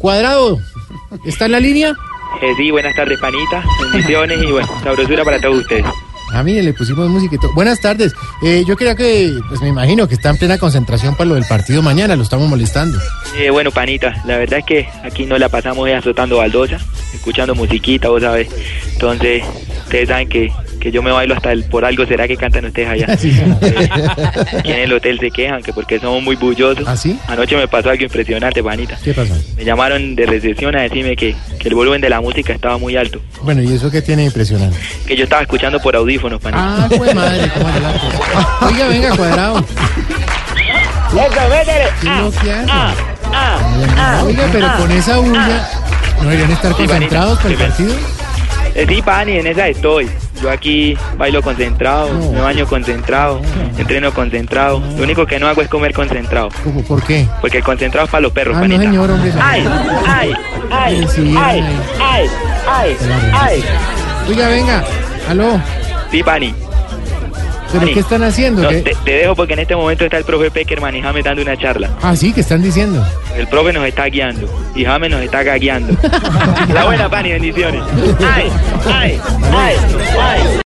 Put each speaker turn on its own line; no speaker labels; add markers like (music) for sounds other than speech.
Cuadrado, ¿está en la línea?
Eh, sí, buenas tardes, panita. Bendiciones y bueno, sabrosura para todos ustedes.
Ah, mire, le pusimos música y todo. Buenas tardes. Eh, yo quería que, pues me imagino que está en plena concentración para lo del partido mañana, lo estamos molestando.
Eh, bueno, panita, la verdad es que aquí nos la pasamos eh, azotando baldosa, escuchando musiquita, vos sabés. Entonces, ustedes saben que, que yo me bailo hasta el por algo, ¿será que cantan ustedes allá?
(laughs) Sí.
Eh, aquí en el hotel se quejan que porque somos muy bullosos.
¿Ah, sí?
Anoche me pasó algo impresionante, panita.
¿Qué pasó?
Me llamaron de recepción a decirme que, que el volumen de la música estaba muy alto,
Bueno, ¿y eso qué tiene de impresionante?
que yo estaba escuchando por audífonos, panita.
Ah, pues madre, cómo le la cosa. Oiga, venga, cuadrado. ¿Qué
Ah,
no que hace? Oiga, pero con esa bulla, ¿no deberían estar
Sí,
concentrados para el
Vanina, sí,
partido?
Eh, sí, Pani, en esa estoy. Yo aquí bailo concentrado,
No.
me baño concentrado, entreno concentrado. Lo único que no hago es comer concentrado,
¿Cómo? ¿Por qué?
porque el concentrado es para los perros,
Ah, no,
panita.
señor, hombre.
Ay, ay, ay,
Bien, sí, bien,
ay,
ahí.
ay, ay, ay.
Oiga, venga, aló.
Sí, Pani.
¿Pero
Sí.
qué están haciendo?
No,
¿Qué-
te, te dejo porque en este momento está el profe Peckerman y Jame dando una charla.
Ah, sí, ¿qué están diciendo?
El profe nos está guiando y Jame nos está
(laughs)
gagueando. La buena, Pani, bendiciones. Ay, ay, ay, ay.